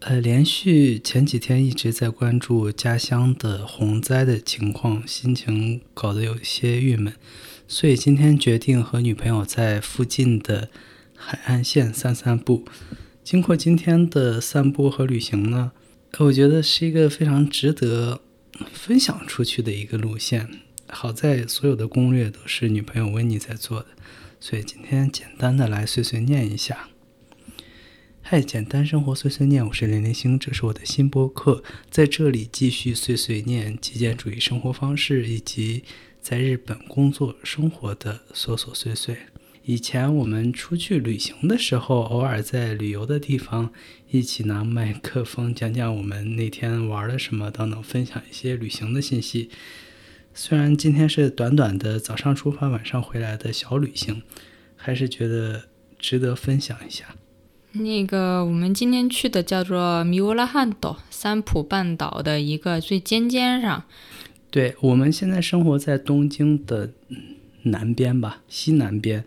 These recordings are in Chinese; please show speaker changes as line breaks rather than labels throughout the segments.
呃，连续前几天一直在关注家乡的洪灾的情况，心情搞得有些郁闷，所以今天决定和女朋友在附近的海岸线散散步。经过今天的散步和旅行呢，我觉得是一个非常值得分享出去的一个路线。好在所有的攻略都是女朋友温妮在做的，所以今天简单的来碎碎念一下。嗨，简单生活碎碎念，我是林林星，这是我的新播客，在这里继续碎碎念极简主义生活方式以及在日本工作生活的琐琐碎碎。以前我们出去旅行的时候，偶尔在旅游的地方一起拿麦克风讲讲我们那天玩了什么，等等，分享一些旅行的信息。虽然今天是短短的早上出发、晚上回来的小旅行，还是觉得值得分享一下。
那个，我们今天去的叫做米乌拉汉岛，三浦半岛的一个最尖尖上。
对，我们现在生活在东京的南边吧，西南边，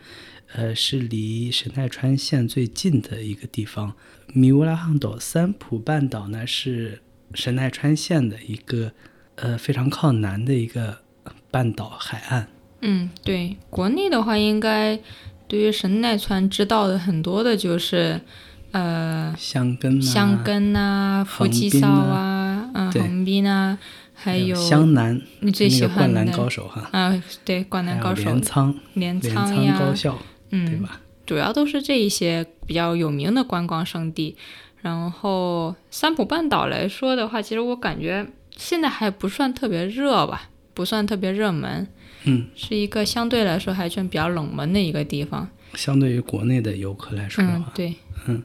呃，是离神奈川县最近的一个地方。米乌拉汉岛三浦半岛呢，是神奈川县的一个呃非常靠南的一个半岛海岸。
嗯，对，国内的话应该。对于神奈川知道的很多的就是，呃，
箱根、啊、
箱根呐、啊、福气烧
啊、
嗯、横滨啊，还
有
湘
南，
你最喜欢
的、那个、灌篮高手哈
啊，对，灌篮高手、
镰仓、
镰
仓
呀、
高校，
嗯，
对吧？
主要都是这一些比较有名的观光胜地。然后三浦半岛来说的话，其实我感觉现在还不算特别热吧，不算特别热门。
嗯，
是一个相对来说还算比较冷门的一个地方，
相对于国内的游客来说的话，
嗯，对，
嗯，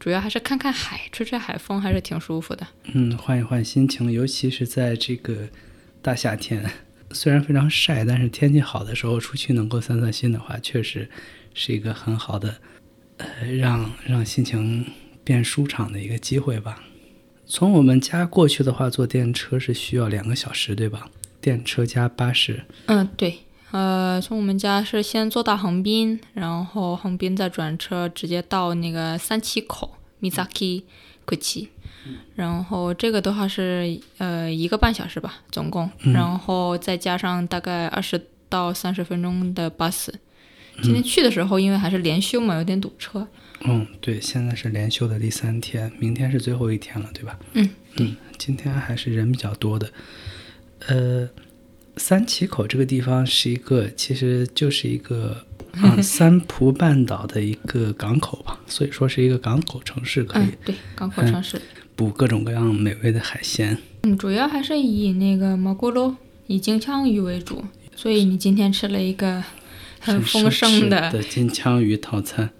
主要还是看看海，吹吹海风还是挺舒服的。
嗯，换一换心情，尤其是在这个大夏天， 虽然非常晒，但是天气好的时候出去能够散散心的话，确实是一个很好的，呃，让让心情变舒畅的一个机会吧。从我们家过去的话，坐电车是需要两个小时，对吧？电车加巴士。
嗯，对，呃，从我们家是先坐到横滨，然后横滨再转车直接到那个三七口 Misaki Kuchi，然
嗯
后这个的话是呃一个半小时吧，总共，
嗯
然后再加上大概二十到三十分钟的 bus。今天去的时候，因为还是连休嘛，有点堵车。
嗯，对，现在是连休的第三天，明天是最后一天了，对吧？
嗯
嗯，今天还是人比较多的。呃，三崎口这个地方是一个，其实就是一个啊、嗯、三浦半岛的一个港口吧，所以说是一个港口城市，可以、嗯、
对港口城市、嗯、
捕各种各样美味的海鲜。
嗯，主要还是以那个蘑菇喽，以金枪鱼为主，所以你今天吃了一个很丰盛
的的金枪鱼套餐。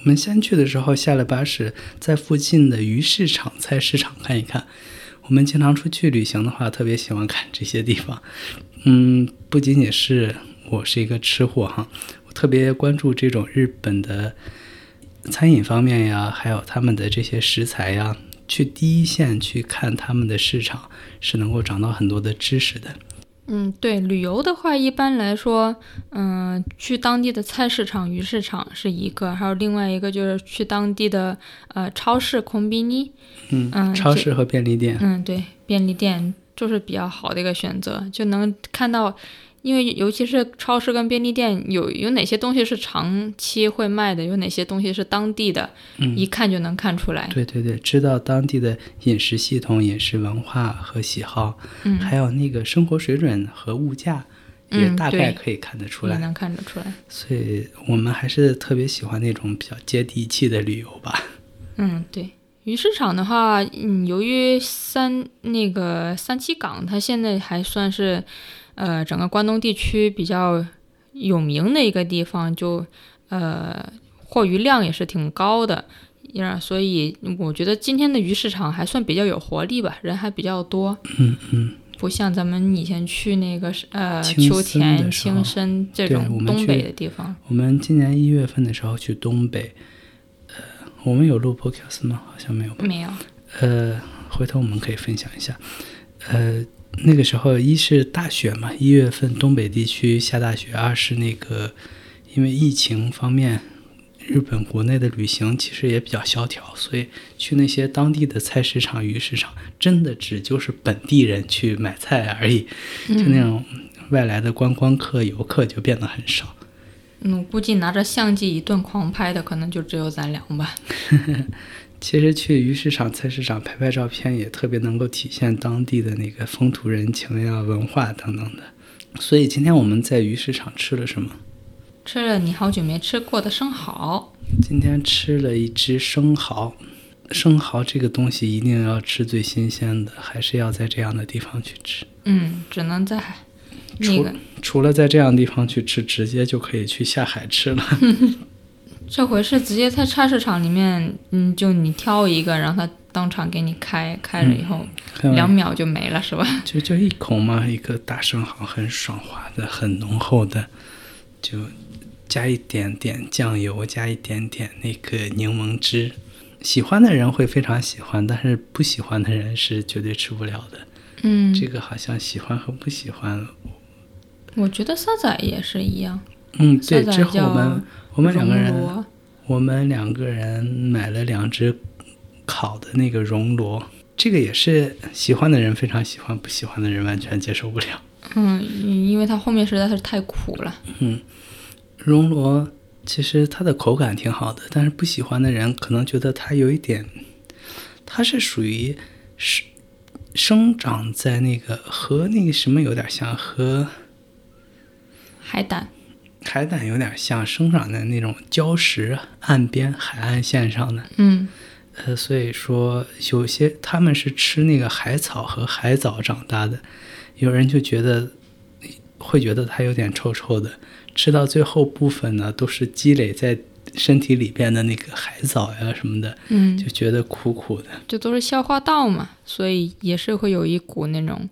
我们先去的时候下了巴士，在附近的鱼市场、菜市场看一看。我们经常出去旅行的话，特别喜欢看这些地方。 嗯，不仅仅是我是一个吃货哈，我特别关注这种日本的餐饮方面呀，还有他们的这些食材呀，去第一线去看他们的市场，是能够长到很多的知识的。
嗯，对，旅游的话，一般来说，嗯、呃，去当地的菜市场、鱼市场是一个，还有另外一个就是去当地的呃超市、空比尼，
嗯、
呃，
超市和便利店，
嗯，对，便利店就是比较好的一个选择，就能看到，因为尤其是超市跟便利店有有哪些东西是长期会卖的，有哪些东西是当地的，
嗯，
一看就能看出来。
对对对，知道当地的饮食系统、饮食文化和喜好，
嗯，
还有那个生活水准和物价。也大概可以看得出来，
嗯、能看得出来。
所以我们还是特别喜欢那种比较接地气的旅游吧。
嗯，对。鱼市场的话，嗯，由于三那个三七港，它现在还算是，呃，整个关东地区比较有名的一个地方，就呃，货鱼量也是挺高的。呀、yeah,，所以我觉得今天的鱼市场还算比较有活力吧，人还比较多。
嗯嗯。
不像咱们以前去那个呃
秋
田、青森这种东北的地方。
我们今年一月份的时候去东北，呃，我们有录 podcast 吗？好像没有吧。
没有。
呃，回头我们可以分享一下。呃，那个时候一是大雪嘛，一月份东北地区下大雪；二是那个因为疫情方面日本国内的旅行其实也比较萧条，所以去那些当地的菜市场、鱼市场，真的只就是本地人去买菜而已，就那种外来的观光客、游客就变得很少。
嗯，我估计拿着相机一顿狂拍的，可能就只有咱俩吧。
其实去鱼市场、菜市场拍拍照片，也特别能够体现当地的那个风土人情呀、文化等等的。所以今天我们在鱼市场吃了什么？
吃了你好久没吃过的生蚝，
今天吃了一只生蚝，生蚝这个东西一定要吃最新鲜的，还是要在这样的地方去吃。
嗯，只能在那
除
个
除了在这样的地方去吃，直接就可以去下海吃了。
这回是直接在菜市场里面，嗯，就你挑一个，然后他当场给你开，开了以后、
开玩
两秒就没了，是吧？
就就一口嘛，一个大生蚝，很爽滑的，很浓厚的，就加一点点酱油，加一点点那个柠檬汁。喜欢的人会非常喜欢，但是不喜欢的人是绝对吃不了的。
嗯，
这个好像喜欢和不喜欢，
我觉得沙仔也是一样。
嗯，对。
色彩
之后
叫
我们我们两个
熔
人，
炉
我们两个人买了两只烤的那个熔螺，这个也是喜欢的人非常喜欢，不喜欢的人完全接受不了。
嗯，因为它后面实在是太苦了。
嗯熔螺其实它的口感挺好的，但是不喜欢的人可能觉得它有一点，它是属于生生长在那个和那个什么有点像，和
海胆，
海胆有点像，生长在那种礁石岸边海岸线上的。
嗯
呃，所以说有些他们是吃那个海草和海藻长大的，有人就觉得会觉得它有点臭臭的，吃到最后部分呢，都是积累在身体里边的那个海藻呀什么的，
嗯，
就觉得苦苦的。
这都是消化道嘛，所以也是会有一股那种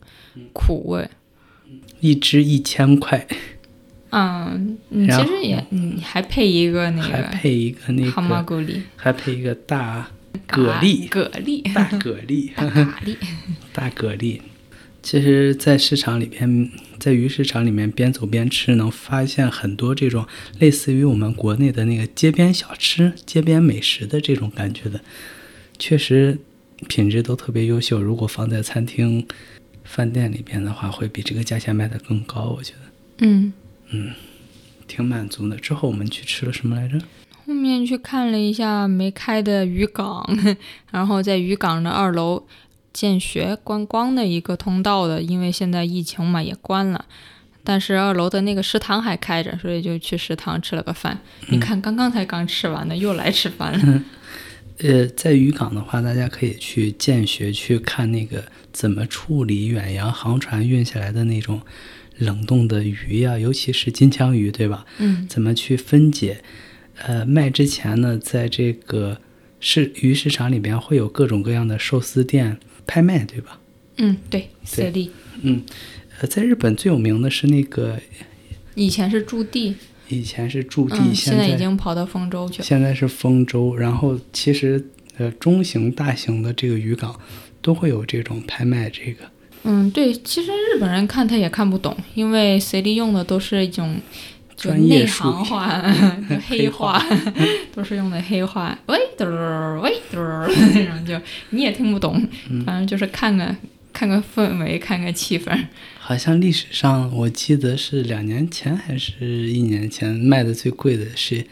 苦味。
一只一千块，
嗯，嗯
然后
其实也，你还配一个那
还
个
配一个那
蛤蟆
个，
蛤蜊，
还配一个大蛤蜊，
蛤蜊，
大蛤 蜊。
大蛤蜊。
大蛤蜊。其实，在市场里边，在鱼市场里面边走边吃，能发现很多这种类似于我们国内的那个街边小吃、街边美食的这种感觉的，确实品质都特别优秀。如果放在餐厅、饭店里边的话，会比这个价钱卖得更高，我觉得
嗯，
挺满足的。之后我们去吃了什么来着？
后面去看了一下没开的渔港， 然后在渔港的二楼建学观光的一个通道的，因为现在疫情嘛也关了。但是二楼的那个食堂还开着，所以就去食堂吃了个饭。
嗯
你看，刚刚才刚吃完的，又来吃饭了。
呃，在渔港的话，大家可以去建学去看那个怎么处理远洋航船运下来的那种冷冻的鱼呀、尤其是金枪鱼，对吧？
嗯
怎么去分解？呃，卖之前呢，在这个市鱼市场里边会有各种各样的寿司店拍卖，对吧？
嗯，对，色丽
嗯，呃，在日本最有名的是那个
以前是驻地，
以前是驻地，
嗯，
现
现
在
在已经跑到丰州去了。
现在是丰州，然后其实呃中型、大型的这个渔港都会有这种拍卖这个。
嗯，对，其实日本人看他也看不懂，因为随地用的都是一种就
专业
内
术语
行话、就黑话， 都是用的黑话，喂嘟儿喂嘟儿 那种，就你也听不懂，
嗯
反正就是看个看个氛围，看个气氛。
好像历史上我记得是两年前还是一年前卖的最贵的是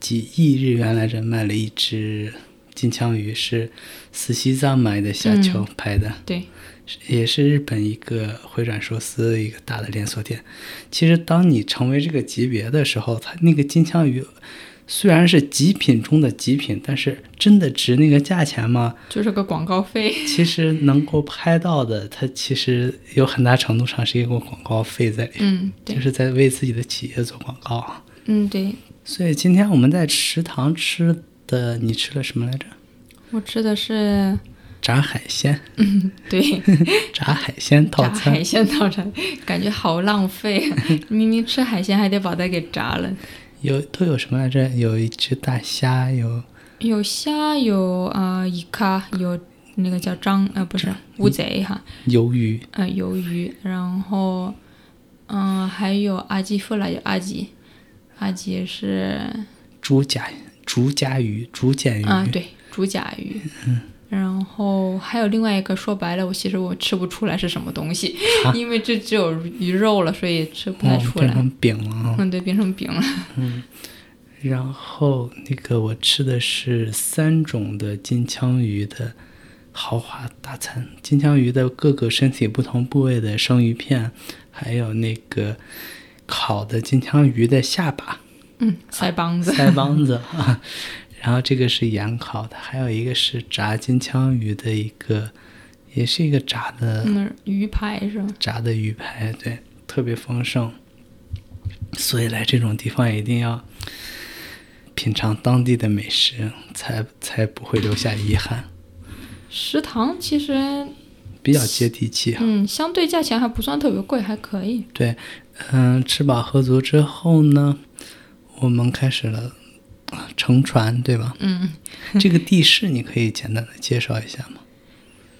几亿日元来着，卖了一只金枪鱼，是死西藏买的下丘拍的。
对，
是也是日本一个回转寿司一个大的连锁店。其实，当你成为这个级别的时候，它那个金枪鱼虽然是极品中的极品，但是真的值那个价钱吗？
就是个广告 费。
其实能够拍到的，它其实有很大程度上是一个广告费在里面，
嗯，对
就，是在为自己的企业做广告。啊
嗯，对，
所以今天我们在食堂吃的，你吃了什么来着？
我吃的是
炸海鲜，
对
炸海鲜套
炸
餐
海。鲜套餐，感觉好浪 费啊，明明吃海鲜还得把它给炸了。
有都有什么来着？有一只大虾，有
有虾，有啊，伊、卡，有那个叫章，呃，不是
嗯
乌贼哈，
鱿鱼，
呃，鱿鱼，然后，嗯、还有阿基夫啦，有阿吉，阿吉是
猪甲竹夹鱼、竹简鱼嗯
啊，对，竹甲鱼。然后还有另外一个，说白了，我其实我吃不出来是什么东西，
啊
因为这只有鱼肉了，所以吃不太
哦
出
变
来。
成饼了啊。
嗯，对，变成饼了。
然后那个我吃的是三种的金枪鱼的豪华大餐，金枪鱼的各个身体不同部位的生鱼片，还有那个烤的金枪鱼的下 巴、
嗯，腮帮子。
腮帮子 啊，然后这个是盐烤的，还有一个是炸金枪鱼的一个，也是一个炸的
嗯，鱼排是吧？
炸的鱼排，对，特别丰盛。所以来这种地方一定要品尝当地的美食，才才不会留下遗憾。
食堂其实，
比较接地气哈。
嗯，相对价钱还不算特别贵，还可以。
对，嗯、吃饱喝足之后呢，我们开始了啊乘船，对吧？
嗯
这个地势你可以简单的介绍一下 吗？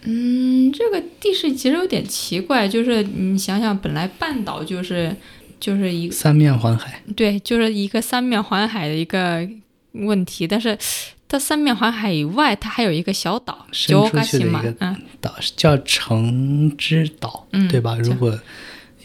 嗯，这个地势其实有点奇怪，就是你想想，本来半岛就是就是一
三面环海，
对，就是一个三面环海的一个问题，但是它三面环海以外，它还有一个小岛，
伸
九
出
嘎
去
西
的一
马
个，
嗯，
岛叫橙之岛，
嗯
对吧？
叫
如果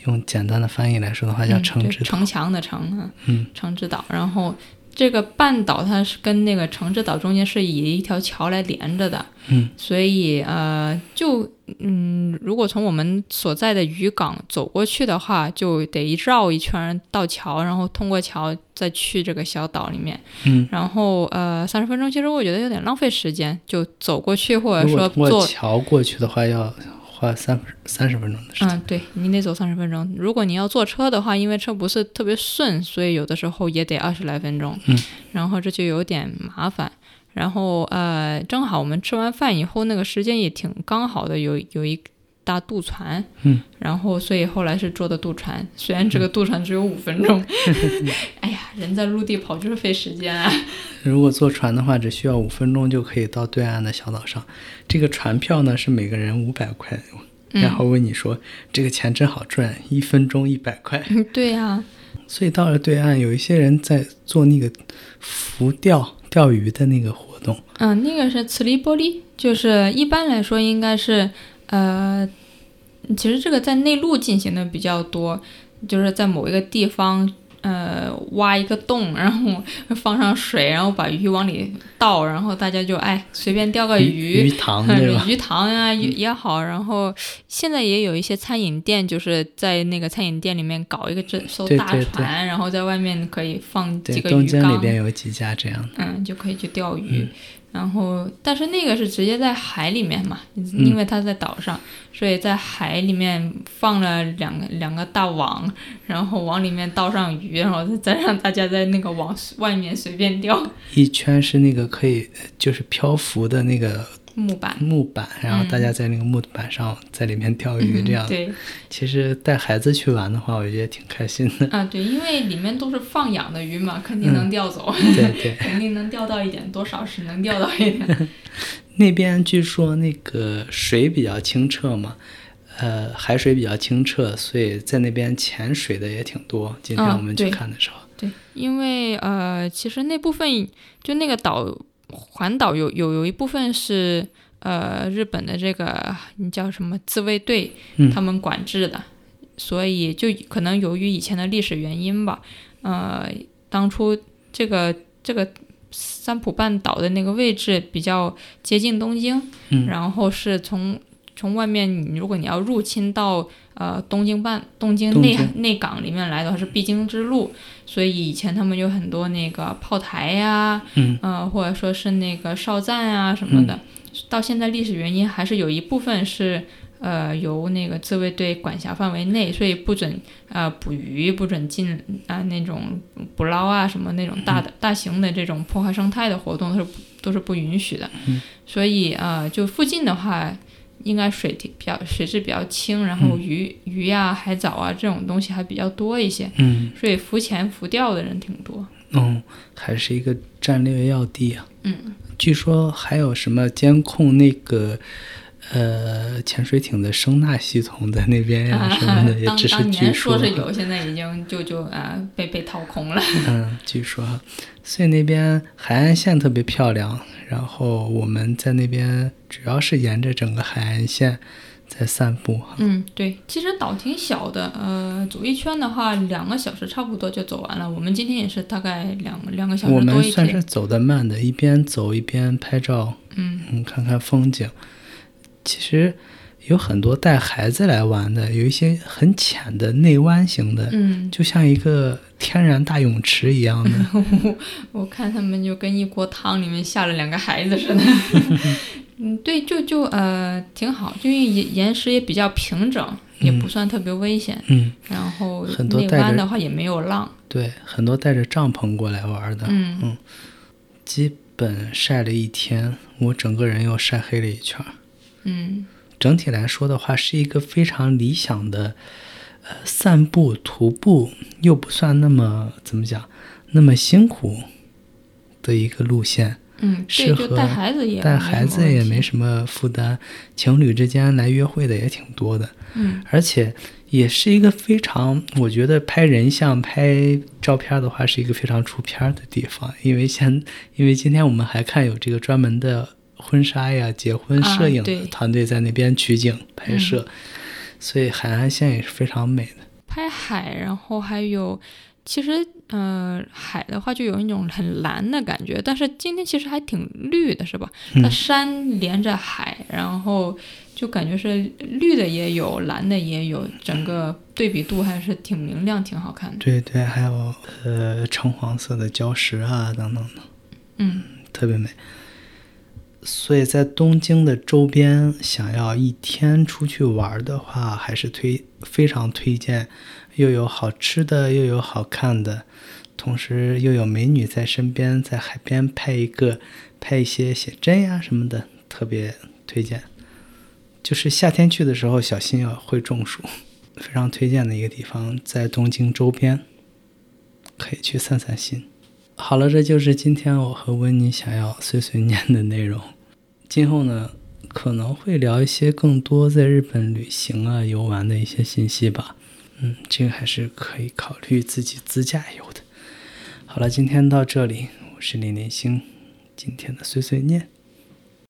用简单的翻译来说的话，叫
嗯
橙
对
之岛。
城墙的城，
嗯，
城之岛。然后这个半岛它是跟那个城之岛中间是以一条桥来连着的，
嗯，
所以呃，就嗯，如果从我们所在的渔港走过去的话，就得绕一圈到桥，然后通过桥再去这个小岛里面。
嗯，
然后呃，三十分钟其实我觉得有点浪费时间，就走过去或者
如果
说
通过
坐。
桥过去的话，要花三三十分钟的时间。
嗯，对你得走三十分钟。如果你要坐车的话，因为车不是特别顺，所以有的时候也得二十来分钟。
嗯，
然后这就有点麻烦。然后呃，正好我们吃完饭以后，那个时间也挺刚好的，有有一搭渡船。
嗯，
然后所以后来是坐的渡船，虽然这个渡船只有五 分钟。哎呀，人在陆地跑就是费时 间啊。
如果坐船的话，只需要五分钟就可以到对岸的小岛上。这个船票呢是每个人五百块，
嗯
然后问你说、这个钱真好赚，一分钟一百块。
嗯，对呀、
啊所以到了对岸，有一些人在做那个浮钓钓鱼的那个活动，
嗯，那个是磁力玻璃，就是一般来说应该是，呃，其实这个在内陆进行的比较多，就是在某一个地方，呃，挖一个洞，然后 放上水，然后把鱼往里倒，然后大家就哎随便钓个
鱼
鱼
塘
嗯
对吧？
鱼塘呀、也也好，然后现在也有一些餐饮店，就是在那个餐饮店里面搞一个这艘
对
大船，
对对
然后在外面可以放
对，
几个
东
鱼
京
缸。
里边有几家这样的。
嗯，就可以去钓鱼。然后，但是那个是直接在海里面嘛，
嗯
因为它在岛上，所以在海里面放了两个两个大网，然后往里面倒上鱼，然后再让大家在那个网外面随便钓
一圈是那个可以呃就是漂浮的那个
木板。
木板，然后大家在那个木板上在里面钓鱼嗯这样。
嗯对
其实带孩子去玩的话，我觉得挺开心 的。
啊，对，因为里面都是放养的鱼嘛，肯定
嗯
能钓走，
对对，
肯定能钓到一点，多少是能钓到一点。
那边据说那个水比较清澈嘛，呃，海水比较清澈，所以在那边潜水的也挺多。今天
啊
我们去
对
看的时候，
对，因为呃，其实那部分就那个岛环岛有有有一部分是呃日本的这个你叫什么自卫队
嗯，
他们管制的，所以就可能由于以前的历史原因吧，呃，当初这个这个三浦半岛的那个位置比较接近东京，
嗯
然后是从从外面，你如果你要入侵到呃东京半东京
东
内
京
内港里面来的话，是必经之路，所以以前他们有很多那个炮台呀、
嗯
呃，或者说是那个哨站啊什么的，到现在历史原因还是有一部分是呃由那个自卫队管辖范围内，所以不准呃捕鱼，不准进啊、那种捕捞啊什么那种
嗯
大的、大型的这种破坏生态的活动都是不都是不允许的，
嗯
所以呃就附近的话。应该水体比较水质比较清，然
嗯
后鱼、鱼呀、海藻啊这种东西还比较多一些，
嗯
所以浮潜浮钓的人挺多。
嗯，还是一个战略要地啊。
嗯，
据说还有什么监控那个呃潜水艇的声呐系统在那边呀、什么嗯的，也
啊呃当
只是
当
据啊
年说是有，现在已经就就啊、被被掏空了。
嗯，据说哈，所以那边海岸线特别漂亮。然后我们在那边，主要是沿着整个海岸线在散步哈。
嗯，对，其实岛挺小的，呃，走一圈的话两个小时差不多就走完了。我们今天也是大概两两个小
我
时多
们
一
算
点。
是走得慢的，一边走一边拍照，
嗯
嗯，看看风景。其实有很多带孩子来玩的，有一些很浅的内湾型的，
嗯，
就像一个天然大泳池一样的。
我看他们就跟一锅汤里面下了两个孩子似 的。嗯，对，就就呃挺好，就因为岩岩石也比较平整，也不算特别危险。
嗯，
然后
很多
内
带
湾
着啊
的话也没有浪。
对，很多带着帐篷过来玩的，
嗯，
基本晒了一天，我整个人又晒黑了一圈儿。
嗯
整体来说的话，是一个非常理想的，呃，散步、徒步又不算那么呃怎么讲，那么辛苦的一个路线，
嗯，
适
对，就
合
带孩子也
带
没什么
孩子
问
也
题
没什么负担，情侣之间来约会的也挺多的，
嗯
而且也是一个非常，我觉得拍人像、拍照片的话，是一个非常出片儿的地方，因为现， 因为今天我们还看有这个专门的婚纱呀、结婚
啊
摄影的
对
团队在那边取景、拍
嗯
摄，所以海岸线也是非常美的。
拍海，然后还有，其实呃，海的话就有一种很蓝的感觉，但是今天其实还挺绿的，是吧？它
嗯
山连着海，然后就感觉是绿的也有，蓝的也有，整个对比度还是挺明亮，挺好看的。
对对，还有呃橙黄色的礁石啊等等的，
嗯
特别美。所以在东京的周边，想要一天出去玩儿的话，还是推非常推荐，又有好吃的，又有好看的，同时又有美女在身边，在海边拍一个拍一些写真呀、什么的，特别推荐。就是夏天去的时候，小心要会中暑，非常推荐的一个地方，在东京周边，可以去散散心。好了，这就是今天我和温妮想要碎碎念的内容。 今后呢，可能会聊一些更多在日本旅行啊、游玩的一些信息吧。嗯，这个还是可以考虑自己自驾游的。好了，今天到这里，我是林林星，今天的碎碎念，